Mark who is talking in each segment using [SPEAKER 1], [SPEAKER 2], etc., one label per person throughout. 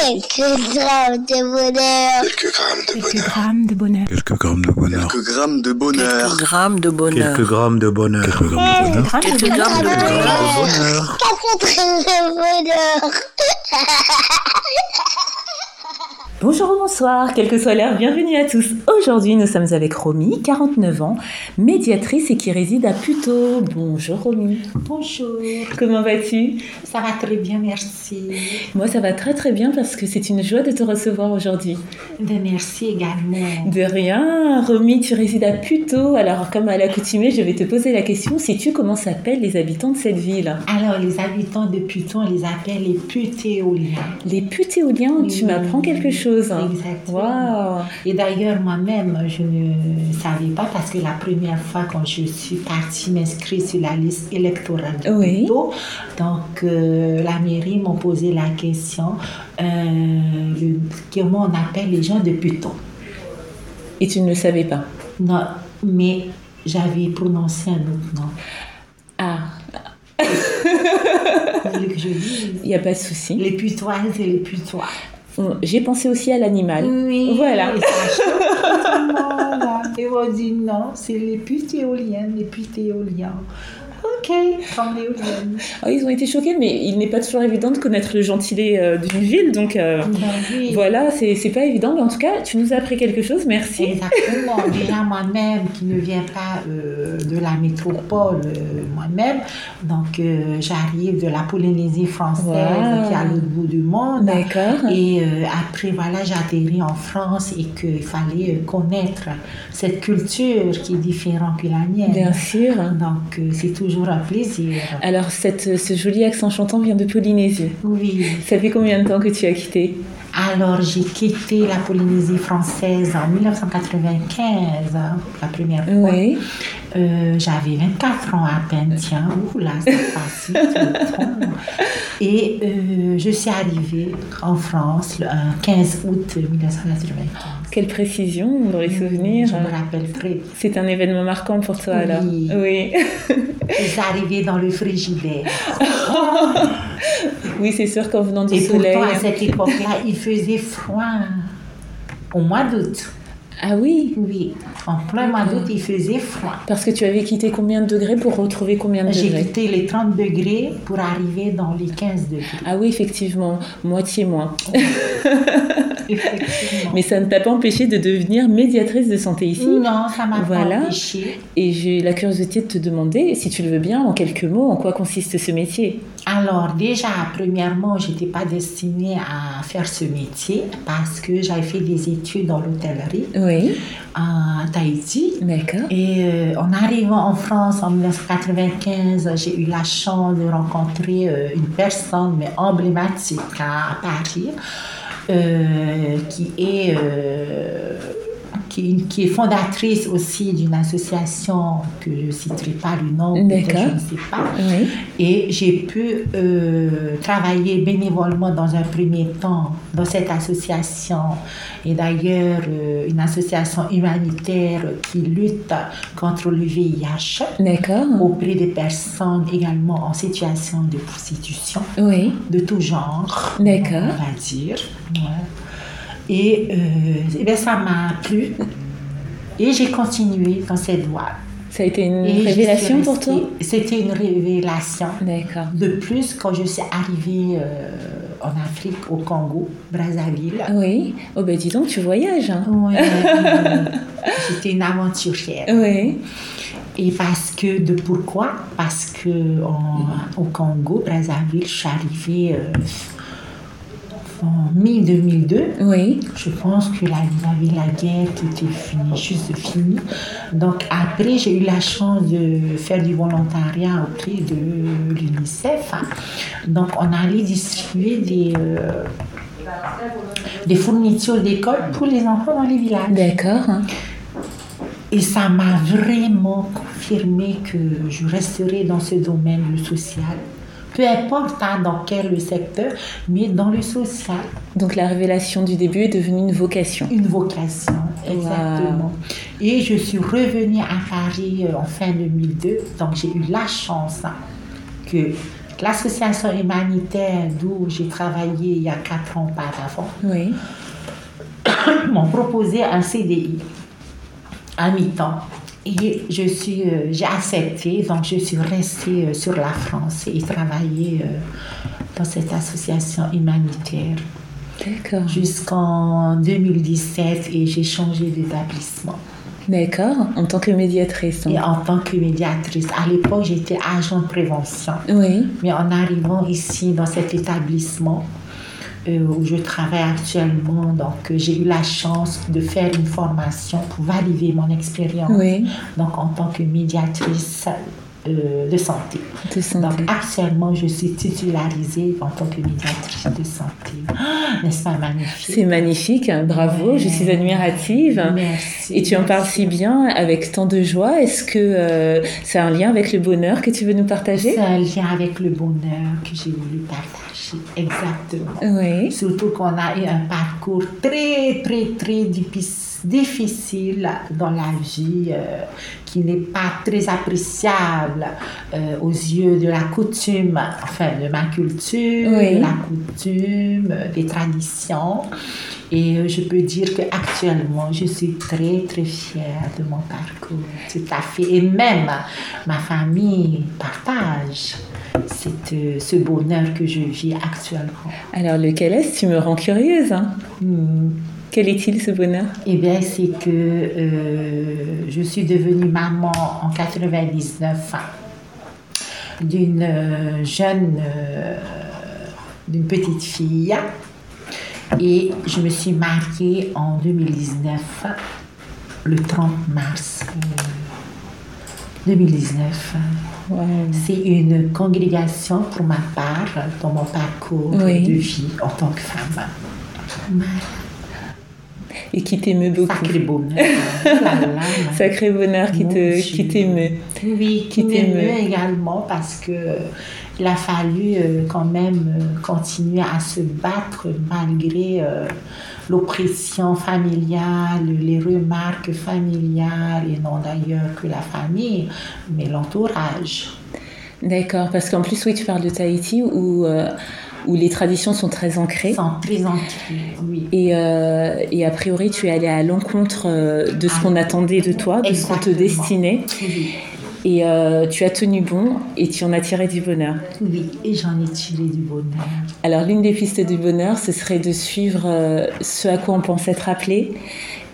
[SPEAKER 1] Quelques grammes de bonheur.
[SPEAKER 2] Quelques grammes de
[SPEAKER 3] Quelques
[SPEAKER 2] bonheur.
[SPEAKER 3] grammes de bonheur.
[SPEAKER 4] Quelques grammes de bonheur.
[SPEAKER 5] Quelques grammes de bonheur.
[SPEAKER 6] Quelques grammes de bonheur.
[SPEAKER 7] Quelques grammes de bonheur.
[SPEAKER 4] Quelques grammes de bonheur.
[SPEAKER 3] Grammes de
[SPEAKER 6] Quelques
[SPEAKER 3] bonheur.
[SPEAKER 6] grammes de bonheur.
[SPEAKER 7] bonheur.
[SPEAKER 1] Quatre grammes de bonheur.
[SPEAKER 8] Bonjour ou bonsoir, quelle que soit l'heure, bienvenue à tous. Aujourd'hui, nous sommes avec Romy, 49 ans, médiatrice et qui réside à Puteaux. Bonjour Romy.
[SPEAKER 9] Bonjour,
[SPEAKER 8] Comment vas-tu
[SPEAKER 9] ça va très bien, merci.
[SPEAKER 8] Moi, ça va très très bien parce que c'est une joie de te recevoir aujourd'hui.
[SPEAKER 9] Ben, merci également.
[SPEAKER 8] De rien, Romy, tu résides à Puteaux. Alors, comme à l'accoutumée, je vais te poser la question sais-tu comment s'appellent les habitants de cette ville
[SPEAKER 9] Alors, les habitants de Puton, on les appelle les putéoliens.
[SPEAKER 8] Les Putéoliens, Oh, tu
[SPEAKER 9] Oui.
[SPEAKER 8] m'apprends quelque chose.
[SPEAKER 9] Exactement.
[SPEAKER 8] Waouh
[SPEAKER 9] Et d'ailleurs, moi-même, je ne savais pas parce que la première fois quand je suis partie m'inscrire sur la liste électorale de
[SPEAKER 8] Oui.
[SPEAKER 9] Puteaux, donc euh, la mairie m'a posé la question euh, le- comment on appelle les gens de Puton.
[SPEAKER 8] Et tu ne le savais pas
[SPEAKER 9] Non, mais j'avais prononcé un autre nom.
[SPEAKER 8] Ah,
[SPEAKER 9] Vous voulez que je dise
[SPEAKER 8] il n'y a pas de souci.
[SPEAKER 9] Les putoises et les putois.
[SPEAKER 8] J'ai pensé aussi à l'animal.
[SPEAKER 9] Oui.
[SPEAKER 8] Voilà.
[SPEAKER 9] Et ça choque tout le monde, hein. Et on dit non, c'est les putes éoliennes, les putes éoliennes. Ok, comme l'éolienne.
[SPEAKER 8] Ah, ils ont été choqués, mais il n'est pas toujours évident de connaître le gentilé euh, d'une ville, donc euh, voilà, c'est c'est pas évident, mais en tout cas, tu nous as appris quelque chose, merci.
[SPEAKER 9] Exactement. Déjà moi-même qui ne viens pas euh, de la métropole, euh, moi-même, donc euh, j'arrive de la Polynésie française
[SPEAKER 8] Wow.
[SPEAKER 9] qui est à l'autre bout du monde.
[SPEAKER 8] D'accord.
[SPEAKER 9] Et euh, après, voilà, j'atterris en France et qu'il fallait euh, connaître cette culture qui est différente que la mienne.
[SPEAKER 8] Bien sûr.
[SPEAKER 9] Donc, euh, c'est toujours un plaisir.
[SPEAKER 8] Alors, cette, ce joli accent chantant vient de Polynésie.
[SPEAKER 9] Oui.
[SPEAKER 8] Ça fait combien de temps que tu as quitté
[SPEAKER 9] Alors, j'ai quitté la Polynésie française en 1995, hein, la première fois.
[SPEAKER 8] Oui.
[SPEAKER 9] Euh, J'avais 24 ans à peine, tiens. Ouh là, ça passe vite, le temps. Et euh, je suis arrivée en France le un 15 août 1995.
[SPEAKER 8] Quelle précision dans les souvenirs.
[SPEAKER 9] Je me rappelle très bien.
[SPEAKER 8] C'est un événement marquant pour toi,
[SPEAKER 9] Oui.
[SPEAKER 8] alors Oui.
[SPEAKER 9] Je suis arrivée dans le frigidaire.
[SPEAKER 8] Oui, c'est sûr qu'en venant du
[SPEAKER 9] Et
[SPEAKER 8] soleil.
[SPEAKER 9] pourtant, à cette époque-là, il faisait froid. Au mois d'août.
[SPEAKER 8] Ah oui
[SPEAKER 9] Oui. En plein mois d'août, il faisait froid.
[SPEAKER 8] Parce que tu avais quitté combien de degrés pour retrouver combien de
[SPEAKER 9] J'ai
[SPEAKER 8] degrés
[SPEAKER 9] quitté les 30 degrés pour arriver dans les 15 degrés.
[SPEAKER 8] Ah oui, effectivement, moitié moins.
[SPEAKER 9] Effectivement.
[SPEAKER 8] Mais ça ne t'a pas empêché de devenir médiatrice de santé ici.
[SPEAKER 9] non, ça m'a
[SPEAKER 8] Voilà.
[SPEAKER 9] pas empêché.
[SPEAKER 8] Et j'ai la curiosité de te demander, si tu le veux bien, en quelques mots, en quoi consiste ce métier
[SPEAKER 9] Alors déjà, premièrement, je n'étais pas destinée à faire ce métier parce que j'avais fait des études dans l'hôtellerie
[SPEAKER 8] Oui,
[SPEAKER 9] à Tahiti.
[SPEAKER 8] d'accord.
[SPEAKER 9] Et euh, en arrivant en France en 1995, j'ai eu la chance de rencontrer euh, une personne mais emblématique à, à Paris, euh, qui est euh, qui, qui est fondatrice aussi d'une association que je ne citerai pas le nom, peut-être,
[SPEAKER 8] D'accord.
[SPEAKER 9] je ne sais pas.
[SPEAKER 8] Oui,
[SPEAKER 9] Et j'ai pu euh, travailler bénévolement dans un premier temps dans cette association. Et d'ailleurs, euh, une association humanitaire qui lutte contre le VIH
[SPEAKER 8] d'accord.
[SPEAKER 9] auprès des personnes également en situation de prostitution
[SPEAKER 8] Oui,
[SPEAKER 9] de tout genre,
[SPEAKER 8] D'accord.
[SPEAKER 9] on va dire. Ouais. Et, euh, eh bien, ça m'a plu. Et j'ai continué dans cette voie.
[SPEAKER 8] ça a été une
[SPEAKER 9] Et j'y suis
[SPEAKER 8] révélation pour toi
[SPEAKER 9] restée. C'était une révélation.
[SPEAKER 8] D'accord.
[SPEAKER 9] De plus, quand je suis arrivée euh, en Afrique, au Congo, Brazzaville,
[SPEAKER 8] Oui, oh ben dis donc, tu voyages. hein.
[SPEAKER 9] ouais, euh, j'étais une aventurière.
[SPEAKER 8] Oui,
[SPEAKER 9] Et parce que, de pourquoi Parce que en- au Congo, Brazzaville, je suis arrivée euh, en mi-2002.
[SPEAKER 8] oui,
[SPEAKER 9] Je pense que la, il y avait la guerre qui était finie, juste finie. Donc après, j'ai eu la chance de faire du volontariat auprès de l'UNICEF. hein. Donc on allait distribuer des, euh, des fournitures d'école pour les enfants dans les villages.
[SPEAKER 8] d'accord. hein.
[SPEAKER 9] Et ça m'a vraiment confirmé que je resterai dans ce domaine, le social. Peu importe hein, dans quel secteur, mais dans le social.
[SPEAKER 8] Donc la révélation du début est devenue une vocation.
[SPEAKER 9] Une vocation, exactement. Et je suis revenue à Paris euh, en fin 2002, donc j'ai eu la chance hein, que l'association humanitaire d'où j'ai travaillé il y a quatre ans par avant
[SPEAKER 8] Oui.
[SPEAKER 9] m'ont proposé un CDI à mi-temps. Et je suis, euh, j'ai accepté, donc je suis restée euh, sur la France et travaillé euh, dans cette association humanitaire
[SPEAKER 8] D'accord.
[SPEAKER 9] jusqu'en 2017 et j'ai changé d'établissement.
[SPEAKER 8] D'accord. En tant que médiatrice. hein.
[SPEAKER 9] Et en tant que médiatrice, à l'époque j'étais agent de prévention.
[SPEAKER 8] Oui.
[SPEAKER 9] Mais en arrivant ici dans cet établissement euh, où je travaille actuellement, donc euh, j'ai eu la chance de faire une formation pour valider mon expérience
[SPEAKER 8] Oui.
[SPEAKER 9] donc en tant que médiatrice euh, de santé.
[SPEAKER 8] De santé.
[SPEAKER 9] Donc actuellement, je suis titularisée en tant que médiatrice de santé. Ah, N'est-ce pas magnifique
[SPEAKER 8] C'est magnifique. hein, Bravo.
[SPEAKER 9] Ouais.
[SPEAKER 8] Je suis admirative.
[SPEAKER 9] Merci.
[SPEAKER 8] Et tu en parles si bien avec tant de joie. Est-ce que euh, c'est un lien avec le bonheur que tu veux nous partager
[SPEAKER 9] C'est un lien avec le bonheur que j'ai voulu partager. Exactement.
[SPEAKER 8] Oui.
[SPEAKER 9] Surtout qu'on a eu un parcours très, très, très diffi- difficile dans la vie, euh, qui n'est pas très appréciable euh, aux yeux de la coutume, enfin de ma culture,
[SPEAKER 8] Oui.
[SPEAKER 9] de la coutume, euh, des traditions. Et euh, je peux dire qu'actuellement, je suis très, très fière de mon parcours, tout à fait. Et même ma famille partage cette, euh, ce bonheur que je vis actuellement.
[SPEAKER 8] Alors lequel est-ce Tu me rends curieuse. hein.
[SPEAKER 9] Hmm.
[SPEAKER 8] Quel est-il ce bonheur
[SPEAKER 9] Eh bien, c'est que euh, je suis devenue maman en 99 hein, d'une euh, jeune, euh, d'une petite fille. Et je me suis mariée en 2019, hein, le 30 mars euh, 2019.
[SPEAKER 8] Waouh.
[SPEAKER 9] C'est une congrégation pour ma part dans mon parcours
[SPEAKER 8] Oui.
[SPEAKER 9] de vie en tant que femme.
[SPEAKER 8] Et qui t'émeut beaucoup.
[SPEAKER 9] Sacré bonheur. Oh là là.
[SPEAKER 8] Sacré bonheur qui
[SPEAKER 9] Mon
[SPEAKER 8] te
[SPEAKER 9] Dieu.
[SPEAKER 8] qui t'émeut.
[SPEAKER 9] Oui,
[SPEAKER 8] qui
[SPEAKER 9] qui
[SPEAKER 8] t'émeut.
[SPEAKER 9] t'émeut également parce que euh, il a fallu euh, quand même euh, continuer à se battre malgré euh, l'oppression familiale, les remarques familiales et non d'ailleurs que la famille, mais l'entourage.
[SPEAKER 8] D'accord, parce qu'en plus, oui, tu parles de Tahiti où, euh, où les traditions sont très ancrées.
[SPEAKER 9] Sans très ancré, oui.
[SPEAKER 8] Et, euh, et a priori, tu es allé à l'encontre euh, de ce qu'on attendait de toi, de ce qu'on te
[SPEAKER 9] Ah Exactement.
[SPEAKER 8] destinait.
[SPEAKER 9] Oui,
[SPEAKER 8] Et euh, tu as tenu bon et tu en as tiré du bonheur.
[SPEAKER 9] oui, et j'en ai tiré du bonheur.
[SPEAKER 8] Alors, l'une des pistes du bonheur, ce serait de suivre euh, ce à quoi on pense être appelé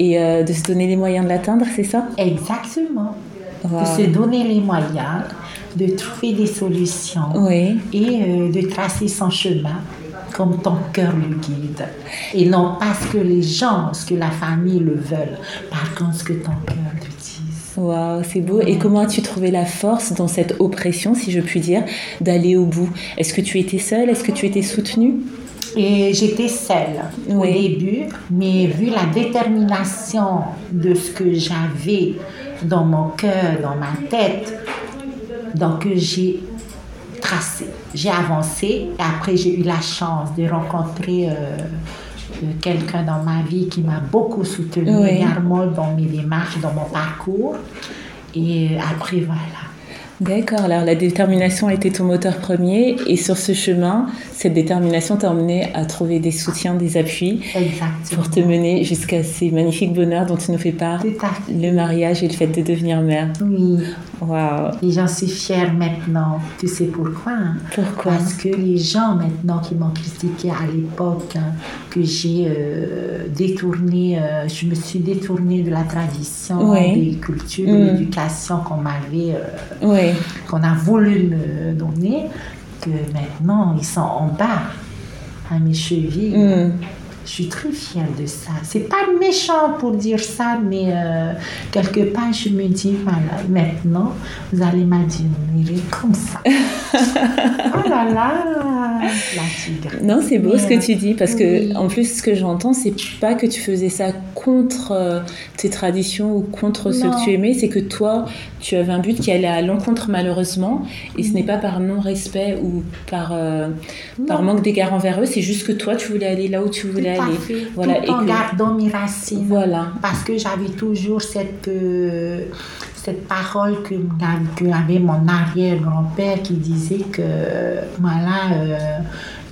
[SPEAKER 8] et euh, de se donner les moyens de l'atteindre, c'est ça
[SPEAKER 9] Exactement.
[SPEAKER 8] Waouh.
[SPEAKER 9] De se donner les moyens, de trouver des solutions.
[SPEAKER 8] Oui.
[SPEAKER 9] et euh, de tracer son chemin comme ton cœur le guide. Et non pas ce que les gens, ce que la famille le veulent, par contre ce que ton cœur te dise.
[SPEAKER 8] Waouh, c'est beau. Et comment as-tu trouvé la force dans cette oppression, si je puis dire, d'aller au bout Est-ce que tu étais seule Est-ce que tu étais soutenue
[SPEAKER 9] Et j'étais seule au
[SPEAKER 8] Oui.
[SPEAKER 9] début, mais vu la détermination de ce que j'avais dans mon cœur, dans ma tête, donc euh, j'ai tracé, j'ai avancé et après j'ai eu la chance de rencontrer euh, euh, quelqu'un dans ma vie qui m'a beaucoup soutenu
[SPEAKER 8] Oui.
[SPEAKER 9] également dans mes démarches, dans mon parcours. Et euh, après voilà.
[SPEAKER 8] D'accord, alors la détermination a été ton moteur premier et sur ce chemin, cette détermination t'a emmené à trouver des soutiens, des appuis
[SPEAKER 9] Exactement.
[SPEAKER 8] pour te mener jusqu'à ces magnifiques bonheurs dont tu nous fais part,
[SPEAKER 9] Tout à fait.
[SPEAKER 8] le mariage et le fait de devenir mère.
[SPEAKER 9] Oui.
[SPEAKER 8] Waouh,
[SPEAKER 9] Et j'en suis fière maintenant. Tu sais pourquoi hein?
[SPEAKER 8] pourquoi
[SPEAKER 9] Parce que les gens maintenant qui m'ont critiqué à l'époque, hein, que j'ai euh, détourné, euh, je me suis détournée de la tradition,
[SPEAKER 8] Ouais.
[SPEAKER 9] des cultures,
[SPEAKER 8] Mm.
[SPEAKER 9] de l'éducation qu'on m'avait, euh,
[SPEAKER 8] Oui,
[SPEAKER 9] qu'on a voulu me donner, que maintenant ils sont en bas à mes chevilles.
[SPEAKER 8] Mm.
[SPEAKER 9] Je suis très fière de ça. C'est pas méchant pour dire ça, mais euh, quelque part je me dis voilà, maintenant vous allez m'admirer comme ça. oh là là, la tigre.
[SPEAKER 8] Non, c'est beau
[SPEAKER 9] Mais,
[SPEAKER 8] ce que
[SPEAKER 9] euh,
[SPEAKER 8] tu dis parce que
[SPEAKER 9] oui.
[SPEAKER 8] en plus ce que j'entends c'est pas que tu faisais ça contre euh, tes traditions ou contre ce que
[SPEAKER 9] Non.
[SPEAKER 8] tu aimais, c'est que toi tu avais un but qui allait à l'encontre malheureusement et
[SPEAKER 9] Mm.
[SPEAKER 8] ce n'est pas par non-respect ou par euh, par manque d'égard envers eux, c'est juste que toi tu voulais aller là où tu voulais
[SPEAKER 9] Tout à
[SPEAKER 8] aller.
[SPEAKER 9] fait.
[SPEAKER 8] Voilà,
[SPEAKER 9] Tout en
[SPEAKER 8] et que-
[SPEAKER 9] gardant mes racines.
[SPEAKER 8] Voilà.
[SPEAKER 9] Parce que j'avais toujours cette, euh, cette parole que, m'av- que avait mon arrière-grand-père qui disait que voilà, euh,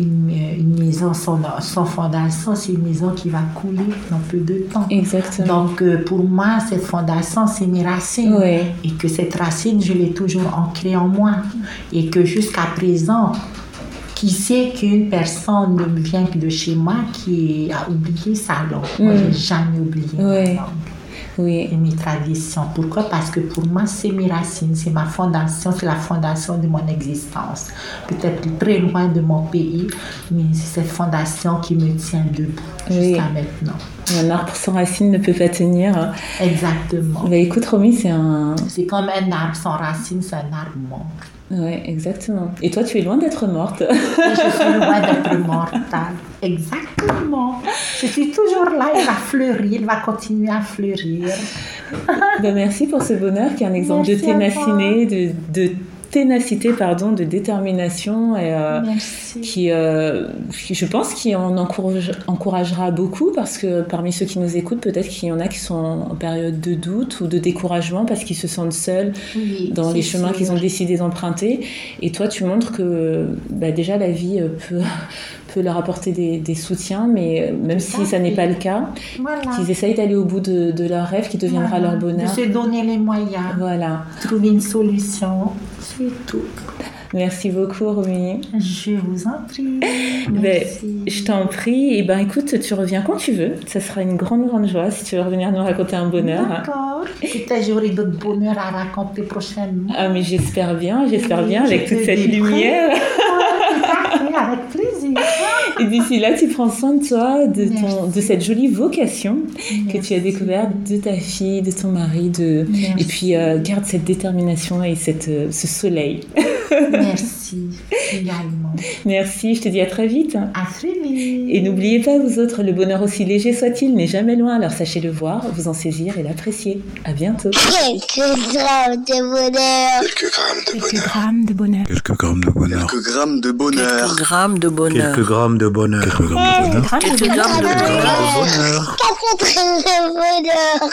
[SPEAKER 9] une, euh, une maison sans, sans fondation, c'est une maison qui va couler dans peu de temps.
[SPEAKER 8] Exactement.
[SPEAKER 9] Donc euh, pour moi, cette fondation, c'est mes racines.
[SPEAKER 8] Oui.
[SPEAKER 9] Et que cette racine, je l'ai toujours ancrée en moi. Et que jusqu'à présent, qui sait qu'une personne ne vient que de chez moi qui a oublié sa langue. Moi,
[SPEAKER 8] Mm.
[SPEAKER 9] j'ai jamais oublié ma
[SPEAKER 8] Oui.
[SPEAKER 9] langue
[SPEAKER 8] Oui.
[SPEAKER 9] et mes traditions. Pourquoi Parce que pour moi, c'est mes racines, c'est ma fondation, c'est la fondation de mon existence. Peut-être très loin de mon pays, mais c'est cette fondation qui me tient debout
[SPEAKER 8] Oui.
[SPEAKER 9] jusqu'à maintenant.
[SPEAKER 8] Un arbre sans racines ne peut pas tenir.
[SPEAKER 9] Exactement.
[SPEAKER 8] Bah écoute, Romy, c'est un.
[SPEAKER 9] C'est comme un arbre sans racines, c'est un arbre mort.
[SPEAKER 8] Ouais, exactement. Et toi, tu es loin d'être morte.
[SPEAKER 9] Et Je suis loin d'être mortale. Exactement. Je suis toujours là, il va fleurir, il va continuer à fleurir.
[SPEAKER 8] Ben, merci pour ce bonheur qui est un exemple de
[SPEAKER 9] Merci à
[SPEAKER 8] ténacité, de, de ténacité, pardon, de détermination et euh,
[SPEAKER 9] Merci.
[SPEAKER 8] qui, euh, qui, je pense, qui en encourage- encouragera beaucoup parce que parmi ceux qui nous écoutent, peut-être qu'il y en a qui sont en période de doute ou de découragement parce qu'ils se sentent seuls
[SPEAKER 9] Oui,
[SPEAKER 8] dans les
[SPEAKER 9] c'est
[SPEAKER 8] chemins
[SPEAKER 9] sûr.
[SPEAKER 8] qu'ils ont décidé d'emprunter. Et toi, tu montres que bah, déjà la vie euh, peut, peut leur apporter des, des soutiens, mais euh, même
[SPEAKER 9] à
[SPEAKER 8] si ça n'est
[SPEAKER 9] fait.
[SPEAKER 8] pas le cas,
[SPEAKER 9] Voilà.
[SPEAKER 8] qu'ils essayent d'aller au bout de, de leur rêve qui deviendra
[SPEAKER 9] Voilà.
[SPEAKER 8] leur bonheur.
[SPEAKER 9] De se donner les moyens.
[SPEAKER 8] Voilà.
[SPEAKER 9] trouver une solution. C'est tout.
[SPEAKER 8] Merci beaucoup, Romy.
[SPEAKER 9] Je vous en prie.
[SPEAKER 8] Ben,
[SPEAKER 9] Merci.
[SPEAKER 8] Je t'en prie. Et ben, écoute, tu reviens quand tu veux. Ça sera une grande, grande joie si tu veux revenir nous raconter un bonheur. hein.
[SPEAKER 9] D'accord. Peut-être j'aurai d'autres bonheurs à raconter prochainement.
[SPEAKER 8] Ah, mais j'espère bien, j'espère
[SPEAKER 9] Oui,
[SPEAKER 8] bien,
[SPEAKER 9] je
[SPEAKER 8] avec
[SPEAKER 9] te
[SPEAKER 8] toute cette
[SPEAKER 9] dis prêt.
[SPEAKER 8] lumière.
[SPEAKER 9] Parfait, avec plaisir.
[SPEAKER 8] Et d'ici là, tu prends soin de toi, de, ton, de cette jolie vocation que tu as
[SPEAKER 9] Merci.
[SPEAKER 8] découverte, de ta fille, de ton mari, de.
[SPEAKER 9] Merci.
[SPEAKER 8] Et puis euh, garde cette détermination et cette, euh, ce soleil.
[SPEAKER 9] Merci également.
[SPEAKER 8] Merci, je te dis à très vite.
[SPEAKER 9] À très vite.
[SPEAKER 8] Et n'oubliez pas, vous autres, le bonheur aussi léger soit-il n'est jamais loin, alors sachez le voir, vous en saisir et l'apprécier. À bientôt.
[SPEAKER 1] Quelques grammes de bonheur.
[SPEAKER 2] Quelques grammes de
[SPEAKER 3] Quelques
[SPEAKER 2] bonheur.
[SPEAKER 3] grammes de bonheur.
[SPEAKER 4] Quelques grammes de bonheur.
[SPEAKER 2] Quelques grammes de bonheur.
[SPEAKER 6] Quelques grammes de bonheur.
[SPEAKER 5] Quelques grammes de bonheur.
[SPEAKER 4] Quelques grammes de bonheur.
[SPEAKER 6] Quelques grammes de
[SPEAKER 1] Quelques
[SPEAKER 6] bonheur.
[SPEAKER 1] grammes de bonheur.